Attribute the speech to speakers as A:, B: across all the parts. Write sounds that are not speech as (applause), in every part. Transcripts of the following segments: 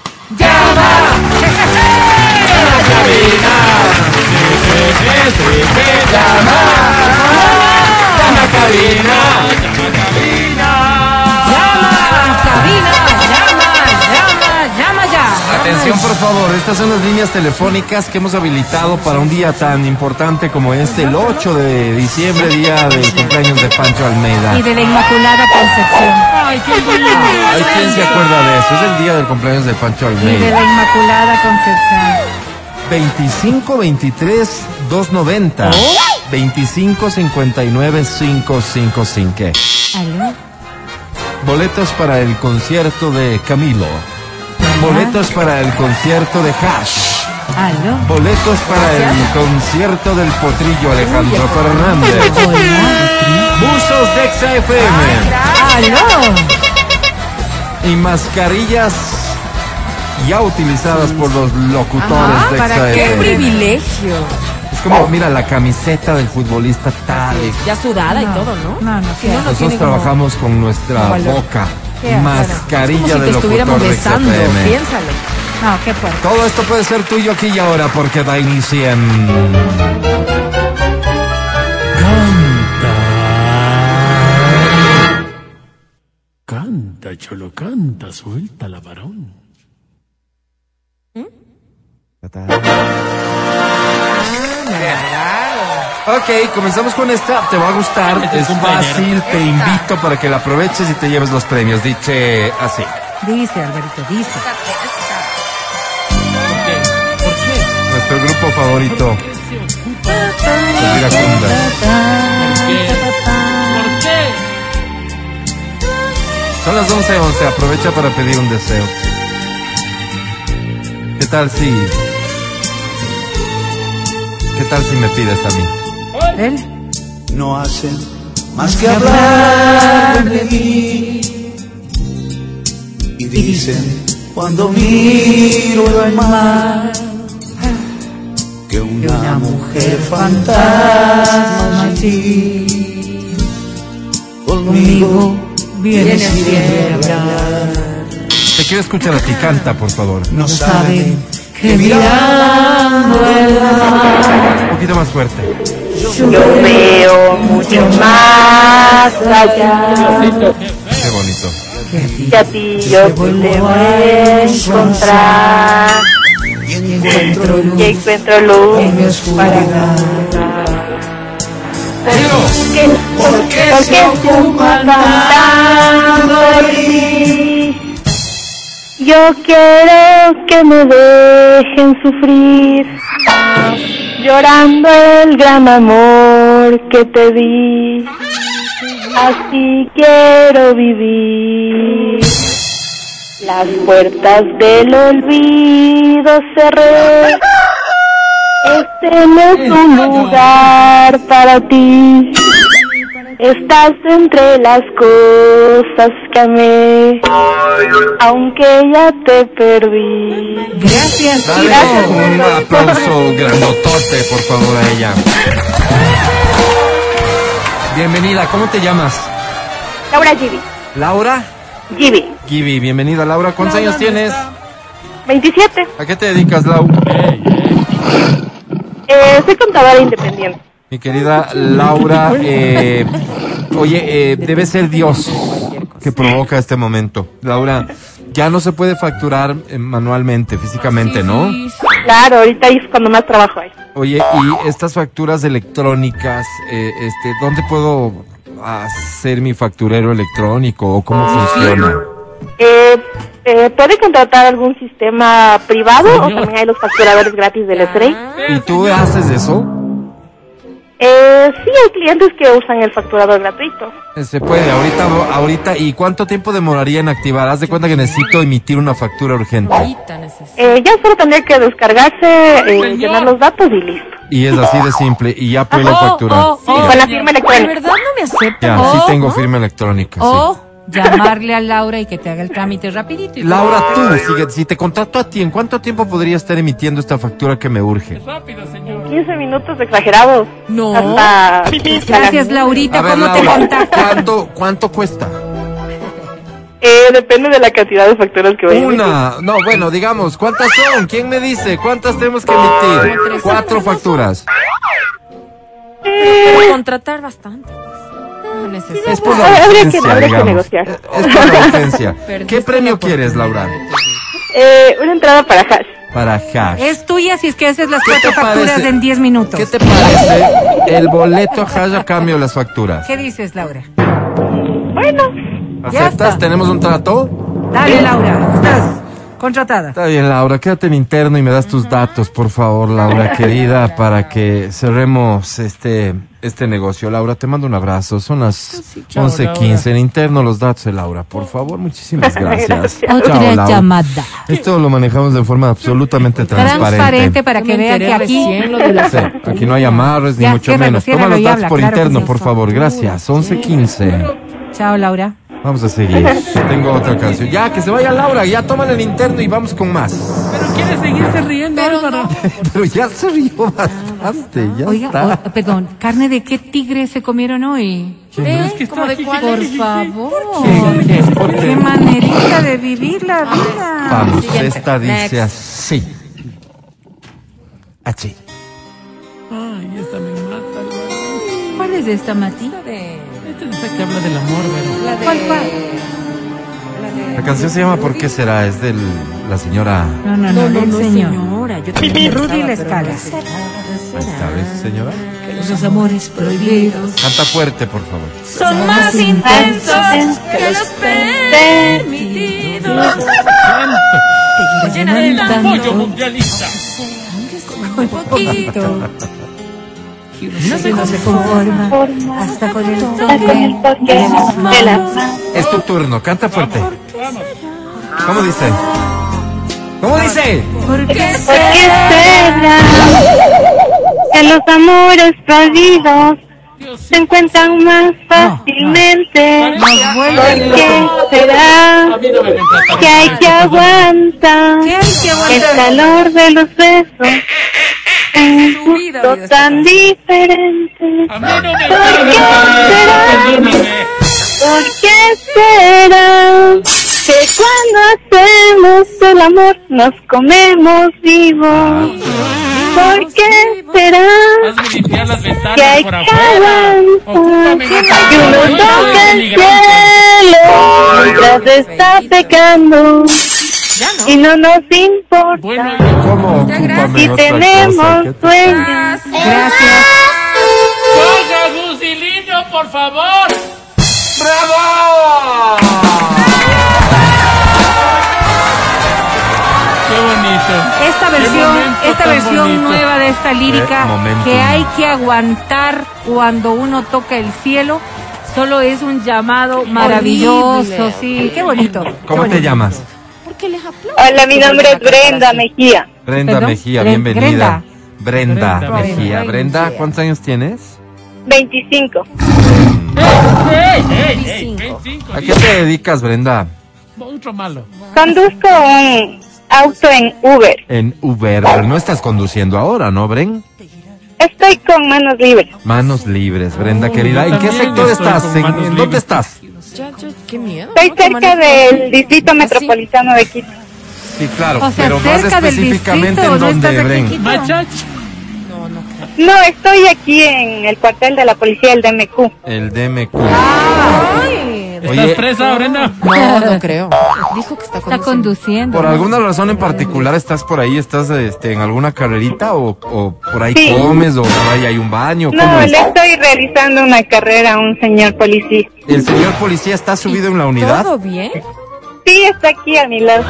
A: llama. Llama cabina. Sí, sí, sí, sí, llama. Llama cabina. Llama cabina.
B: Llama, cabina, llama, llama, llama ya.
C: Atención, por favor, estas son las líneas telefónicas que hemos habilitado para un día tan importante como este, el 8 de diciembre, día del cumpleaños de Pancho Almeida.
B: Y de la Inmaculada Concepción.
A: Ay, qué bonito.
C: Ay, ¿quién se acuerda de eso? Es el día del cumpleaños de Pancho
B: Y de
C: Almeida.
B: la Inmaculada Concepción.
C: 25 23 290 25 59 555.
B: ¿Aló?
C: Boletos para el concierto de Camilo. Boletos para el concierto de Hash.
B: ¿Aló?
C: Boletos para el concierto del potrillo Alejandro Fernández. Buzos de XFM
B: ¿Ah? ¿Aló?
C: y mascarillas ya utilizadas por los locutores
B: Ajá,
C: de
B: ¿para qué
C: XFM.
D: privilegio.
C: Es como, mira, la camiseta del futbolista tal.
D: Ya sudada y todo, ¿no?
B: No, no,
D: Si no, no
C: Nosotros
D: tiene como-
C: trabajamos con nuestra
D: valor.
C: boca.
D: Qué
C: Mascarilla
D: Es como si
C: de
D: te estuviéramos
C: locutor de
D: besando,
C: XFM.
D: piénsalo.
B: No, qué fuerte.
C: Todo esto puede ser tuyo aquí y ahora porque da inicio en...
A: Canta, cholo, canta, suelta la varón.
C: Ok, comenzamos con esta. Te va a gustar.
A: Este
C: es
A: es un
C: fácil. Te invito para que la aproveches y te lleves los premios. Dice así.
B: Dice, Alvarito, dice.
C: Nuestro grupo favorito. Los Iracundas. Son las 11.11. Aprovecha para pedir un deseo. ¿Qué tal si... ¿Qué tal si me pides a mí?
B: ¿Él?
E: no hacen más que hablar de mí y dicen cuando miro el mar que una mujer fantasma en ti conmigo
B: Viene
E: quiere hablar
C: Te quiero escuchar a ti. Canta, por favor.
E: no saben que mirando el
C: Un poquito más fuerte.
F: Yo veo mucho más allá
C: Qué bonito.
F: que a ti yo te debo encontrar
E: y encuentro
F: y
E: luz
F: encuentro luz
E: en mi
F: para
E: oscuridad
F: que porque se ocupan tanto de ti. Yo quiero que me dejen sufrir llorando el gran amor que te di. Así quiero vivir. Las puertas del olvido cerré. Este no es un lugar para ti. Estás entre las cosas que amé, aunque ya te perdí.
B: Gracias.
C: Dale
F: Gracias,
C: un
F: Bruno.
C: aplauso grandotote, por favor, a ella. Bienvenida, ¿cómo te llamas?
F: Laura Gibi,
C: Laura
F: Gibi,
C: Gibi, bienvenida Laura, ¿cuántos años tienes?
F: 27.
C: ¿A qué te dedicas, Lau?
F: Eh, soy contadora independiente.
C: Mi querida Laura, eh, oye, eh, debe ser Dios que provoca este momento. Laura, ya no se puede facturar eh, manualmente, físicamente, ¿no?
F: Claro, ahorita es cuando más trabajo hay.
C: Oye, y estas facturas electrónicas, eh, este, ¿dónde puedo hacer mi facturero electrónico o cómo funciona?
F: Eh, eh, ¿Puede contratar algún sistema privado o también hay los facturadores gratis del E SREI?
C: ¿Y tú haces eso?
F: Eh, sí, hay clientes que usan el facturador gratuito.
C: Eh, Se puede, ahorita, ahorita. ¿Y cuánto tiempo demoraría en activar? Haz de cuenta que necesito emitir una factura urgente.
D: Ahorita necesito.
F: Eh, ya solo tendría que descargarse, eh, llenar los datos y listo.
C: Y es así de simple, y ya puedo facturar.
D: oh,
F: Y
D: oh.
F: con la firma
D: De
F: electrónica.
D: verdad no me acepta.
C: Ya, sí
D: Oh,
C: tengo firma electrónica. sí.
D: O llamarle a Laura y que te haga el trámite rapidito. y-
C: Laura, tú, sigue- si te contrato a ti, ¿en cuánto tiempo podría estar emitiendo esta factura que me urge?
F: 15 minutos exagerados.
D: No.
F: Hasta...
B: Gracias, Laurita.
C: A ver,
B: ¿Cómo te
C: Laura,
B: contactas?
C: ¿cuánto, ¿cuánto cuesta?
G: Eh, depende de la cantidad de facturas que voy a emitir.
C: Una, no, bueno, digamos, ¿cuántas son? ¿Quién me dice? ¿Cuántas tenemos que emitir?
H: Como tres.
C: Cuatro facturas.
I: Contratar bastante.
H: No necesito.
C: Es por la
G: Habría que-
C: ausencia,
G: habría que
C: digamos.
G: negociar.
C: Eh, Es por
D: (laughs)
C: la ausencia.
H: Perdiste
C: ¿Qué
H: la
C: premio quieres, Laura?
G: Eh, una entrada para hash.
C: Para Hash.
D: Es tuya si es que haces las
C: ¿Qué
D: cuatro
C: te parece?
D: facturas en 10 minutos.
C: ¿Qué
D: ¿Qué,
C: te parece el boleto Hash a cambio de las facturas?
D: dices, Laura?
G: Bueno,
C: ¿Aceptas?
D: está.
C: ¿Tenemos un trato?
D: Dale, Laura. Estás contratada.
C: Está bien, Laura, quédate en interno y me das tus datos, por favor, Laura, querida, para que cerremos este, este negocio. Laura, te mando un abrazo. Son las 11.15. En interno los datos de Laura, por favor. Muchísimas gracias.
G: Gracias.
C: Chao, Laura. Esto lo manejamos de forma absolutamente transparente.
D: Transparente para que
I: Yo me
D: vean
I: enteré
D: que aquí
I: recién lo de la
C: Sí, aquí no hay amarres, ni
D: Ya,
C: mucho
D: ciérralo,
C: menos. Toma
D: ciérralo
C: los
D: y
C: datos
D: habla,
C: por
D: claro,
C: interno,
D: pues,
C: por
D: son
C: favor. Gracias. 11.15.
D: Chao, Laura.
C: Vamos a seguir. Tengo otra canción. Ya, que se vaya Laura. Ya toman el interno y vamos con más.
A: Pero quiere seguirse riendo, Álvaro.
C: (laughs) Pero ya se rió bastante. Ya
H: Oiga,
C: está.
H: o- perdón, ¿carne de qué tigre se comieron hoy?
I: ¿Eh?
A: que está
I: ¿Como de
A: aquí,
I: cuál?
H: Por
A: sí.
H: favor.
D: Qué manerita de vivir la vida.
C: Vamos,
I: Siguiente.
C: esta dice
I: Next.
C: así. Así.
A: Ay, esta me mata, Álvaro.
H: ¿Cuál es esta, Mati?
A: Esta es la que habla del amor, ¿verdad?
H: ¿Cuál, cuál?
C: La canción se llama ¿Por qué será? Es de la señora.
D: No, no, no, del señor.
I: Señora, yo
D: Rudy La Escala.
C: ¿Sabes, señora?
I: Los amores prohibidos
C: Canta fuerte, por favor.
I: son más intensos que los permitidos. Llena de
A: Pollo
I: tanto
A: mundialista.
I: poquito. No se
D: Conforma hasta con el toque.
G: de la
C: Es tu turno, canta fuerte. ¿Cómo dice? ¿Cómo dice?
I: Porque
G: Porque
I: se
G: será que los amores perdidos se encuentran más fácilmente.
D: Nos vuelve
G: Porque será
A: A mí no me contrataron.
G: que hay que aguantar
D: ¿Qué hay que
G: el
D: aguantar?
G: calor de los besos? Un gusto tan diferente.
A: A mí no me
G: ¿Por qué será?
A: Perdóname.
G: ¿Por qué será que cuando hacemos el amor nos comemos vivos? ¿Por qué será
A: Hazme limpiar las
G: que
A: ventanas
G: hay
A: por
G: que
A: afuera.
G: avanzar?
A: Ocúpame en esta
G: Y uno
A: tormenta
G: toca
A: de
G: el
A: inmigrantes.
G: cielo mientras está secando y no nos
A: Bueno,
G: importa
A: y-
C: ¿Cómo? Ocúpame
G: si
C: en otra cosa,
G: tenemos
C: ¿qué te-
G: sueños.
D: Gracias.
A: ¡Ponga Gusilino, por favor!
C: ¡Bravo!
A: ¡Qué bonito!
D: Esta versión,
A: momento
D: esta
A: tan
D: versión
A: bonito.
D: nueva de esta
C: Qué
D: lírica
C: momento.
D: que hay que aguantar cuando uno toca el cielo, solo es un llamado maravilloso, sí, qué bonito.
C: ¿Cómo te llamas?
G: Hola, mi nombre es Brenda Mejía.
C: Brenda
D: Perdón,
C: Mejía,
D: Bren-
C: bienvenida. Brenda,
A: Brenda.
C: Mejía. Brenda, ¿cuántos años tienes?
G: 25.
A: ¡Ey, ey! 25.
C: ¿A qué te dedicas, Brenda?
A: Otro malo.
G: Conduzco un auto en Uber.
C: En Uber. No estás conduciendo ahora, ¿no, Bren?
G: Estoy con manos libres.
C: Manos libres, Brenda querida.
A: yo
C: ¿En qué
A: también
C: sector
A: estoy
C: estás?
A: con
C: ¿En,
A: manos
C: en dónde
A: libres.
C: estás?
I: Ya, ya, qué miedo.
G: Estoy
I: ¿no? Te
G: cerca
I: manejo.
G: del Distrito
I: Así.
G: Metropolitano de Quito.
C: Sí, claro,
D: O sea,
C: pero más
D: cerca del
C: específicamente
D: distrito,
C: en
D: ¿no
C: dónde,
D: estás aquí,
C: Bren.
D: Quito?
A: Machach.
I: No, no.
G: No, estoy aquí en el cuartel de la policía del DMQ.
C: El DMQ.
A: ¿Estás presa, Brenda?
I: No, no creo. Dijo que está
H: Está
I: conduciendo.
H: conduciendo.
C: ¿Por alguna razón en particular estás por ahí? ¿Estás este, en alguna carrerita? ¿O, o por ahí
G: Sí.
C: comes? ¿O por ahí hay un baño? ¿Cómo
G: No, este
C: es?
G: le estoy realizando una carrera a un señor policía.
C: ¿El señor policía está subido en la unidad?
I: ¿Todo bien?
G: Sí, está aquí a mi lado.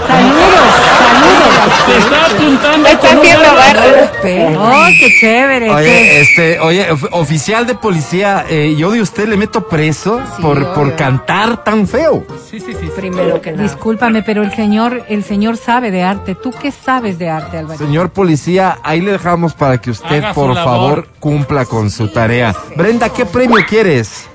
A: Te está apuntando
G: Me está
A: con un
G: haciendo
A: dedo.
G: barro.
D: Oh, qué chévere. qué-
C: Oye, este, oye, of- oficial de policía, eh, yo de usted le meto preso
I: Sí,
C: por,
I: obvio.
C: por cantar tan feo.
A: Sí, sí, sí.
I: Primero que nada.
H: Discúlpame, pero el señor, el señor sabe de arte. ¿Tú qué sabes de arte, Álvaro?
C: Señor policía, ahí le dejamos para que usted,
A: Haga su
C: por favor,
A: labor.
C: cumpla con su tarea. Brenda, ¿qué premio quieres?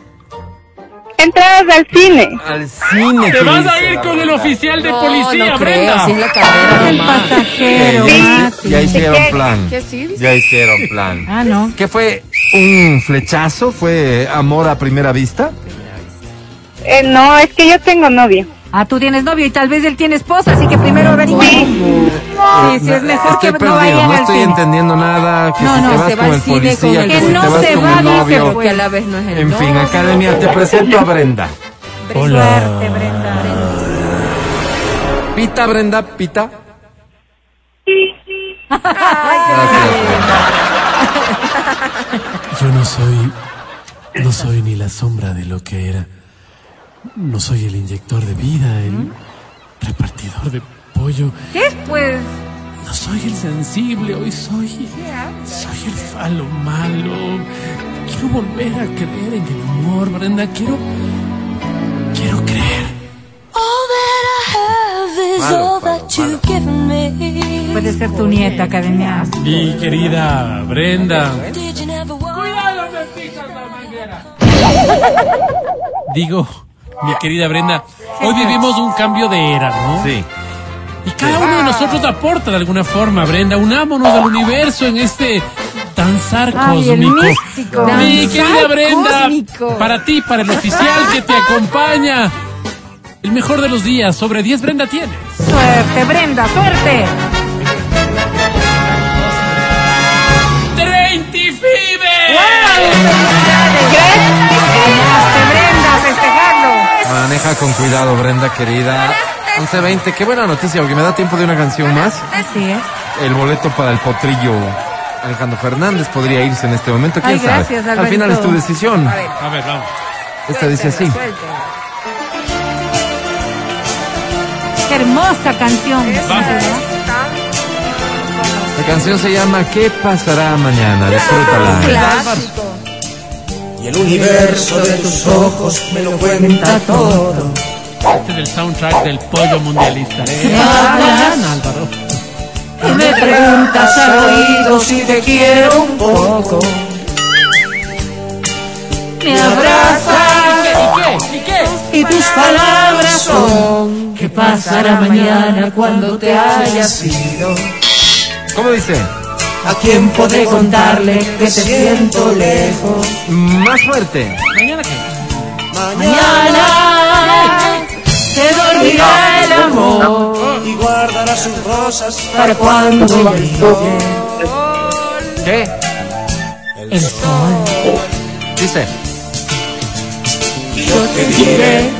G: Entradas al cine.
C: Al cine.
A: Te vas a
C: dice
A: ir
C: la
A: con el
C: Brenda.
A: oficial de
I: No,
A: policía,
I: no creo,
A: Brenda.
I: Si es la carrera
D: El
I: nomás.
D: pasajero,
C: Sí,
D: Mati.
C: Ya hicieron
G: ¿Qué?
C: plan.
I: ¿Qué sí? dice?
C: Ya hicieron plan.
D: Ah, no.
C: ¿Qué fue? ¿Un flechazo? ¿Fue amor a primera vista?
G: Eh, no, es que yo tengo novio.
D: Ah, tú tienes novio y tal vez él tiene esposa, así que primero averigua. Sí, sí, es mejor que
C: Eh, estoy
D: no
C: perdido,
D: vayan
C: no
D: al
C: estoy
D: cine.
C: entendiendo nada. Que
G: No,
C: si
G: no,
C: te vas
G: se va
C: con
G: al
C: el
G: cine con
C: policía,
G: el-
C: que
G: Que
C: si
G: no
C: te vas
D: se
C: con
D: va,
C: el
D: dice,
C: novio.
D: pues.
G: Porque a la vez no es el
C: En fin,
G: novio.
C: Academia, te presento a Brenda.
A: Hola.
C: Pita, Brenda, pita. Gracias.
A: Yo no soy. No soy ni la sombra de lo que era. No soy el inyector de vida, el repartidor de pollo.
B: ¿Qué? Pues
A: No soy el sensible, hoy soy. Soy el falo malo. Quiero volver a creer en el amor, Brenda. Quiero. Quiero creer.
C: Malo, malo, malo.
D: Puede ser tu nieta, academia.
A: Mi querida Brenda. Digo, mi querida Brenda, hoy vivimos un cambio de era, ¿no?
C: Sí.
A: Y cada uno de nosotros aporta de alguna forma, Brenda. Unámonos al universo en este danzar
D: Ay, el
A: cósmico.
D: místico.
A: Mi querida Brenda,
G: cósmico.
A: para ti, para el oficial que te acompaña. El mejor de los días, sobre 10 Brenda tienes.
D: Suerte, Brenda, suerte.
A: 30 FIBE!
D: Ganaste, Brenda, a festejarlo.
C: Maneja con cuidado, Brenda, querida. 11.20, qué buena noticia, porque me da tiempo de una canción más.
D: Así es.
C: El boleto para el potrillo. Alejandro Fernández podría irse en este momento, quién
D: Ay,
C: sabe.
D: gracias,
C: Al
D: Alvarito.
C: final es tu decisión.
A: A ver, vamos.
C: Esta dice así.
D: Qué hermosa canción.
C: La canción se llama ¿Qué pasará mañana? Disfrútala.
E: Y el universo de tus ojos me lo cuenta todo.
A: Este es el soundtrack del pollo mundialista.
C: Ah,
A: Álvaro.
E: Y me preguntas al oído si te quiero un poco.
D: Me abrazas
E: Y tus palabras son
D: ¿Qué pasará mañana
E: cuando te hayas ido.
C: ¿Cómo dice?
E: ¿A quién podré contarle que te siento lejos?
C: Más fuerte.
A: ¿Mañana qué?
E: Mañana te dormirá el amor y guardará sus rosas para cuando brille.
C: ¿Qué?
A: El sol.
C: Dice.
E: Yo te diré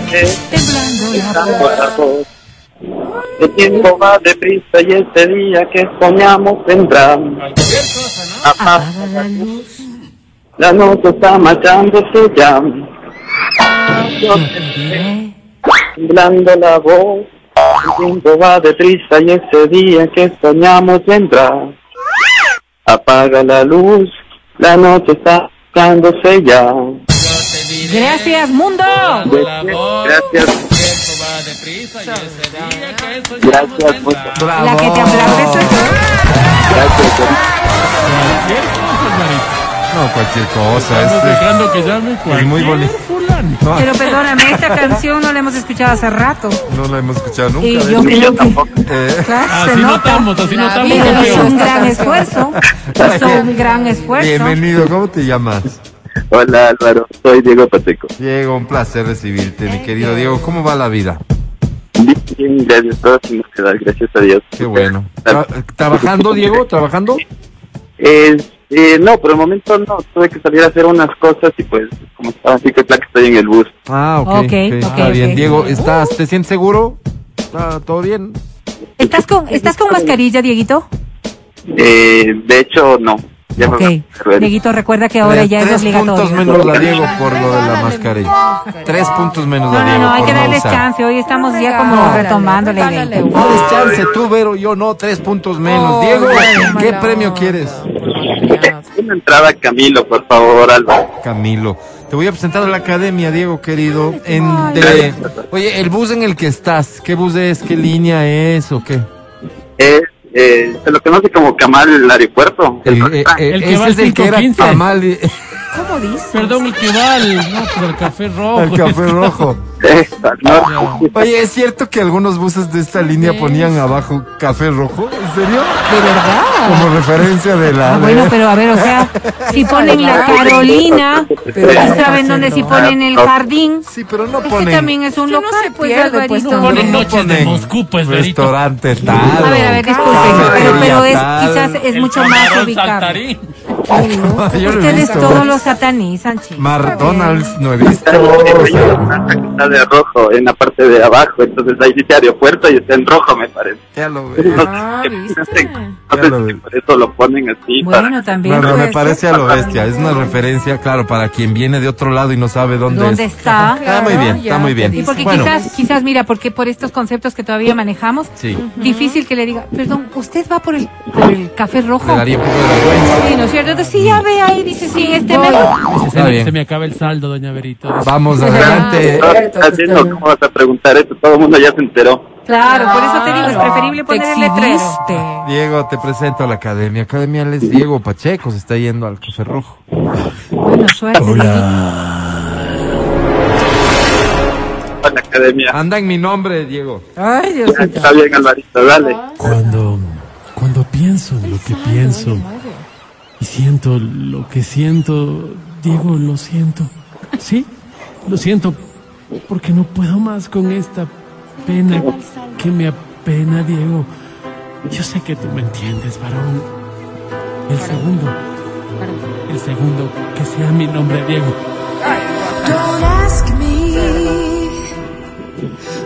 J: El tiempo va deprisa y este día que soñamos vendrá. Apaga la luz. La noche está marchándose ya. Yo te temblando la voz. El tiempo va deprisa y este día que soñamos vendrá. Apaga la luz. La noche está marchándose ya.
D: Gracias, mundo.
J: Pues, Gracias. Gracias, muchas
C: Bravo.
D: La que te aplaude soy yo.
J: gracias.
C: No, cualquier cosa.
A: Estamos
C: este,
A: dejando que llame
C: es
A: cualquier
C: muy bonito.
A: fulano.
C: No,
D: Pero perdóname, esta canción no la hemos escuchado hace rato.
C: no la hemos escuchado nunca.
D: Y
C: de
D: yo
C: hecho.
D: creo que
C: (laughs) Eh,
D: claro, se
A: Así
D: nota.
A: notamos, así notamos,
D: Y hizo un
A: campeón.
D: gran esfuerzo. Hizo un gran esfuerzo.
C: bienvenido, ¿cómo te llamas?
J: Hola Álvaro, soy Diego Pacheco.
C: Diego, un placer recibirte, mi querido Diego. ¿Cómo va la vida?
J: Bien, gracias a todos en ciudad, gracias a Dios. Ah,
C: Qué bueno. Ah. Tra- ¿Trabajando, Diego? ¿Trabajando?
J: Eh, eh, no, por el momento no, tuve que salir a hacer unas cosas y pues, como estaba así que placa, estoy en el bus.
C: Ah, ok.
D: Ok,
C: ok, Está
D: ok,
C: bien,
D: ok.
C: Diego, ¿estás, ¿te sientes seguro? ¿Está todo bien?
D: ¿Estás con, ¿Estás con mascarilla, Dieguito?
J: Eh, de hecho, no. Ya me
D: Ok.
J: voy a hacer el-
D: Dieguito, recuerda que ahora
C: Le-
D: ya es
C: Tres puntos
D: obligatorio.
C: menos a Diego por lo de la mascarilla. Tres puntos menos
D: No,
C: a
D: no,
C: Diego
D: no, hay
C: por
D: que
C: no
D: darles
C: usar.
D: chance. Hoy estamos ya como
G: Regálale,
D: retomando la idea.
G: regálale uno.
C: No les chance, tú, Vero, yo no, tres puntos menos.
G: Oh,
C: Diego,
G: bueno,
C: ¿qué
G: mala
C: premio
G: onda.
C: quieres?
J: Una entrada a Camilo, por favor, Álvaro.
C: Camilo. Te voy a presentar a la academia, Diego, querido. En de... Oye, el bus en el que estás, ¿qué bus es? ¿Qué línea es o qué?
J: Es, eh, se lo conoce como Camal el aeropuerto.
C: El,
J: (laughs)
C: eh,
J: Ah,
C: eh,
A: El que va
C: ese
A: al
C: es el que era eh,
A: 515.
C: Camal, y-
G: ¿Cómo dice?
A: Perdón, el que va al, no, pues, al café
D: Oh,
A: rojo.
C: el café
D: pues, (laughs)
C: rojo.
J: eh, al norte.
C: Oye, ¿es cierto que algunos buses de esta línea ponían abajo café rojo? ¿En serio?
D: De verdad.
C: Como referencia de la.
D: Ah,
C: de-
D: bueno, pero a ver, o sea, si ponen la
J: (laughs)
D: Carolina, ya saben dónde si ponen el jardín.
C: Sí, pero no
D: Este
C: ponen.
D: también es un
G: Eso no
D: local,
G: se
D: pues,
G: pierde,
D: Alvarito.
G: pues,
C: pero
A: Ponen
C: no
A: noches de
C: ponen
A: Moscú, pues, Verito.
C: Restaurante tal.
D: A ver, a ver,
C: o
D: disculpen, pero, pero es,
C: cafetería (laughs)
D: quizás es
A: El
D: mucho más
A: camarón
D: ubicable.
A: saltarín.
C: tal. Yo lo he
D: Ustedes
C: visto.
D: todos los satanizan, chicos.
C: McDonald's no he visto.
G: Oh,
J: Hay una que está de rojo en la parte de abajo, entonces ahí dice aeropuerto y está en rojo, me parece.
C: Ya lo
J: No
C: veo.
J: sé
G: Ah,
J: qué
G: ¿viste?
J: piensen.
C: Ya lo
J: No sé si
C: veo.
J: por eso lo ponen así. para-
D: Bueno, también.
C: Bueno, me
D: puede
C: parece
D: ser.
C: a lo bestia. Es una referencia, claro, para quien viene de otro lado y no sabe dónde,
D: ¿Dónde
C: es.
D: está? Ah,
C: Está muy bien, está muy bien.
D: Y porque
C: bueno,
D: quizás, quizás, mira, porque por estos conceptos que todavía manejamos,
C: sí,
D: difícil que le diga, perdón, ¿usted va por el, por el café
C: me
D: rojo?
C: daría un poco de vergüenza.
D: Sí, ¿no es cierto? Entonces, sí, ya ve ahí, dice, sí, este me...
C: Está
A: se, me-
C: bien.
A: se me acaba el saldo, doña Verito. (laughs)
C: Vamos adelante.
J: No, estás viendo ¿Cómo vas a preguntar eso? Todo el mundo ya se enteró.
D: Claro, por eso te digo, es preferible
G: Te
D: poner el letrero.
G: exhibiste.
C: Diego, te presento a la academia. Academia es Diego Pacheco, se está yendo al café rojo.
D: Bueno, suerte.
J: A la
G: Ah,
J: academia.
C: Anda en mi nombre, Diego.
G: Ay, Dios
J: Ya, está bien, Alvarito, dale.
G: Ah.
A: Cuando, cuando pienso en lo que pienso y siento lo que siento, Diego, lo siento. Sí, lo siento, porque no puedo más con esta pena que me apena, Diego. Yo sé que tú me entiendes, varón. El segundo, el segundo que sea mi nombre, Diego.
E: Don't ask me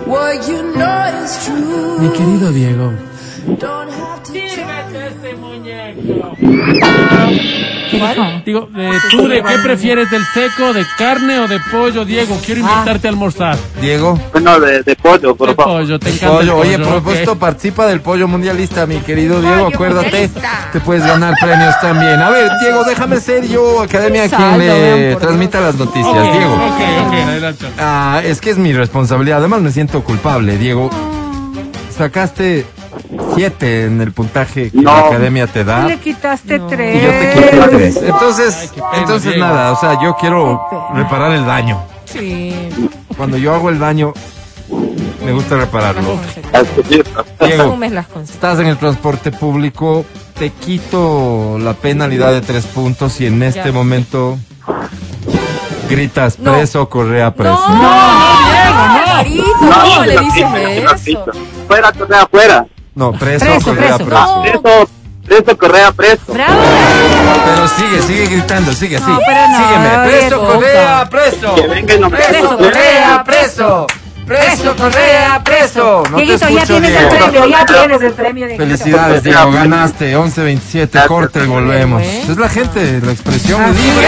E: what you know is true.
A: Mi querido Diego,
E: Don't have to try.
D: ¿Qué dijo?
A: digo, eh, ¿tú de qué prefieres, del seco, de carne o de pollo, Diego? Quiero invitarte a almorzar.
C: Diego,
J: Bueno, de, de pollo, por
A: De
J: favor.
A: pollo, te encanta el
C: pollo. Oye,
A: pollo, ok.
C: propuesto, participa del pollo mundialista, mi querido Diego. Acuérdate, te puedes ganar premios también. A ver, Diego, déjame ser yo, academia, quien le transmita las noticias.
A: Ok,
C: Diego.
A: ok, ok, adelante.
C: Ah, es que es mi responsabilidad. Además me siento culpable, Diego. Sacaste siete en el puntaje que
J: No.
C: la academia te da.
D: Le quitaste tres.
C: Ah. Y yo te quité tres. Entonces,
A: Ay, qué pena,
C: entonces
A: Diego.
C: nada, o sea, yo quiero reparar el daño. Cuando yo hago el daño, me gusta repararlo.
J: Así es.
C: Diego,
G: Asumes las consecuencias.
C: estás en el transporte público, te quito la penalidad de tres puntos y en este momento gritas
G: No.
C: preso, correa preso.
G: Pues no, Diego, no. ¿Cómo le
J: lo
G: dices
J: quito, lo
G: eso?
J: quito. Fuera, Correa, fuera.
C: No, preso,
D: Preso,
C: correa
D: preso.
C: preso.
J: Preso, preso, Correa, preso.
D: ¡Bravo!
C: Pero sigue, sigue gritando, sigue así.
D: No, pero no,
C: Sígueme. Preso,
D: Diego,
C: Correa, preso.
J: Que venga y nos
C: Preso, Correa, preso. Preso, Correa, preso. No te
D: Dieguito, ya
C: escucho,
D: tienes el
C: Diego.
D: premio, ya tienes el premio. Dieguito.
C: Felicidades, Diego. Ganaste 11-27. Corte y volvemos. Es la gente, la expresión es libre.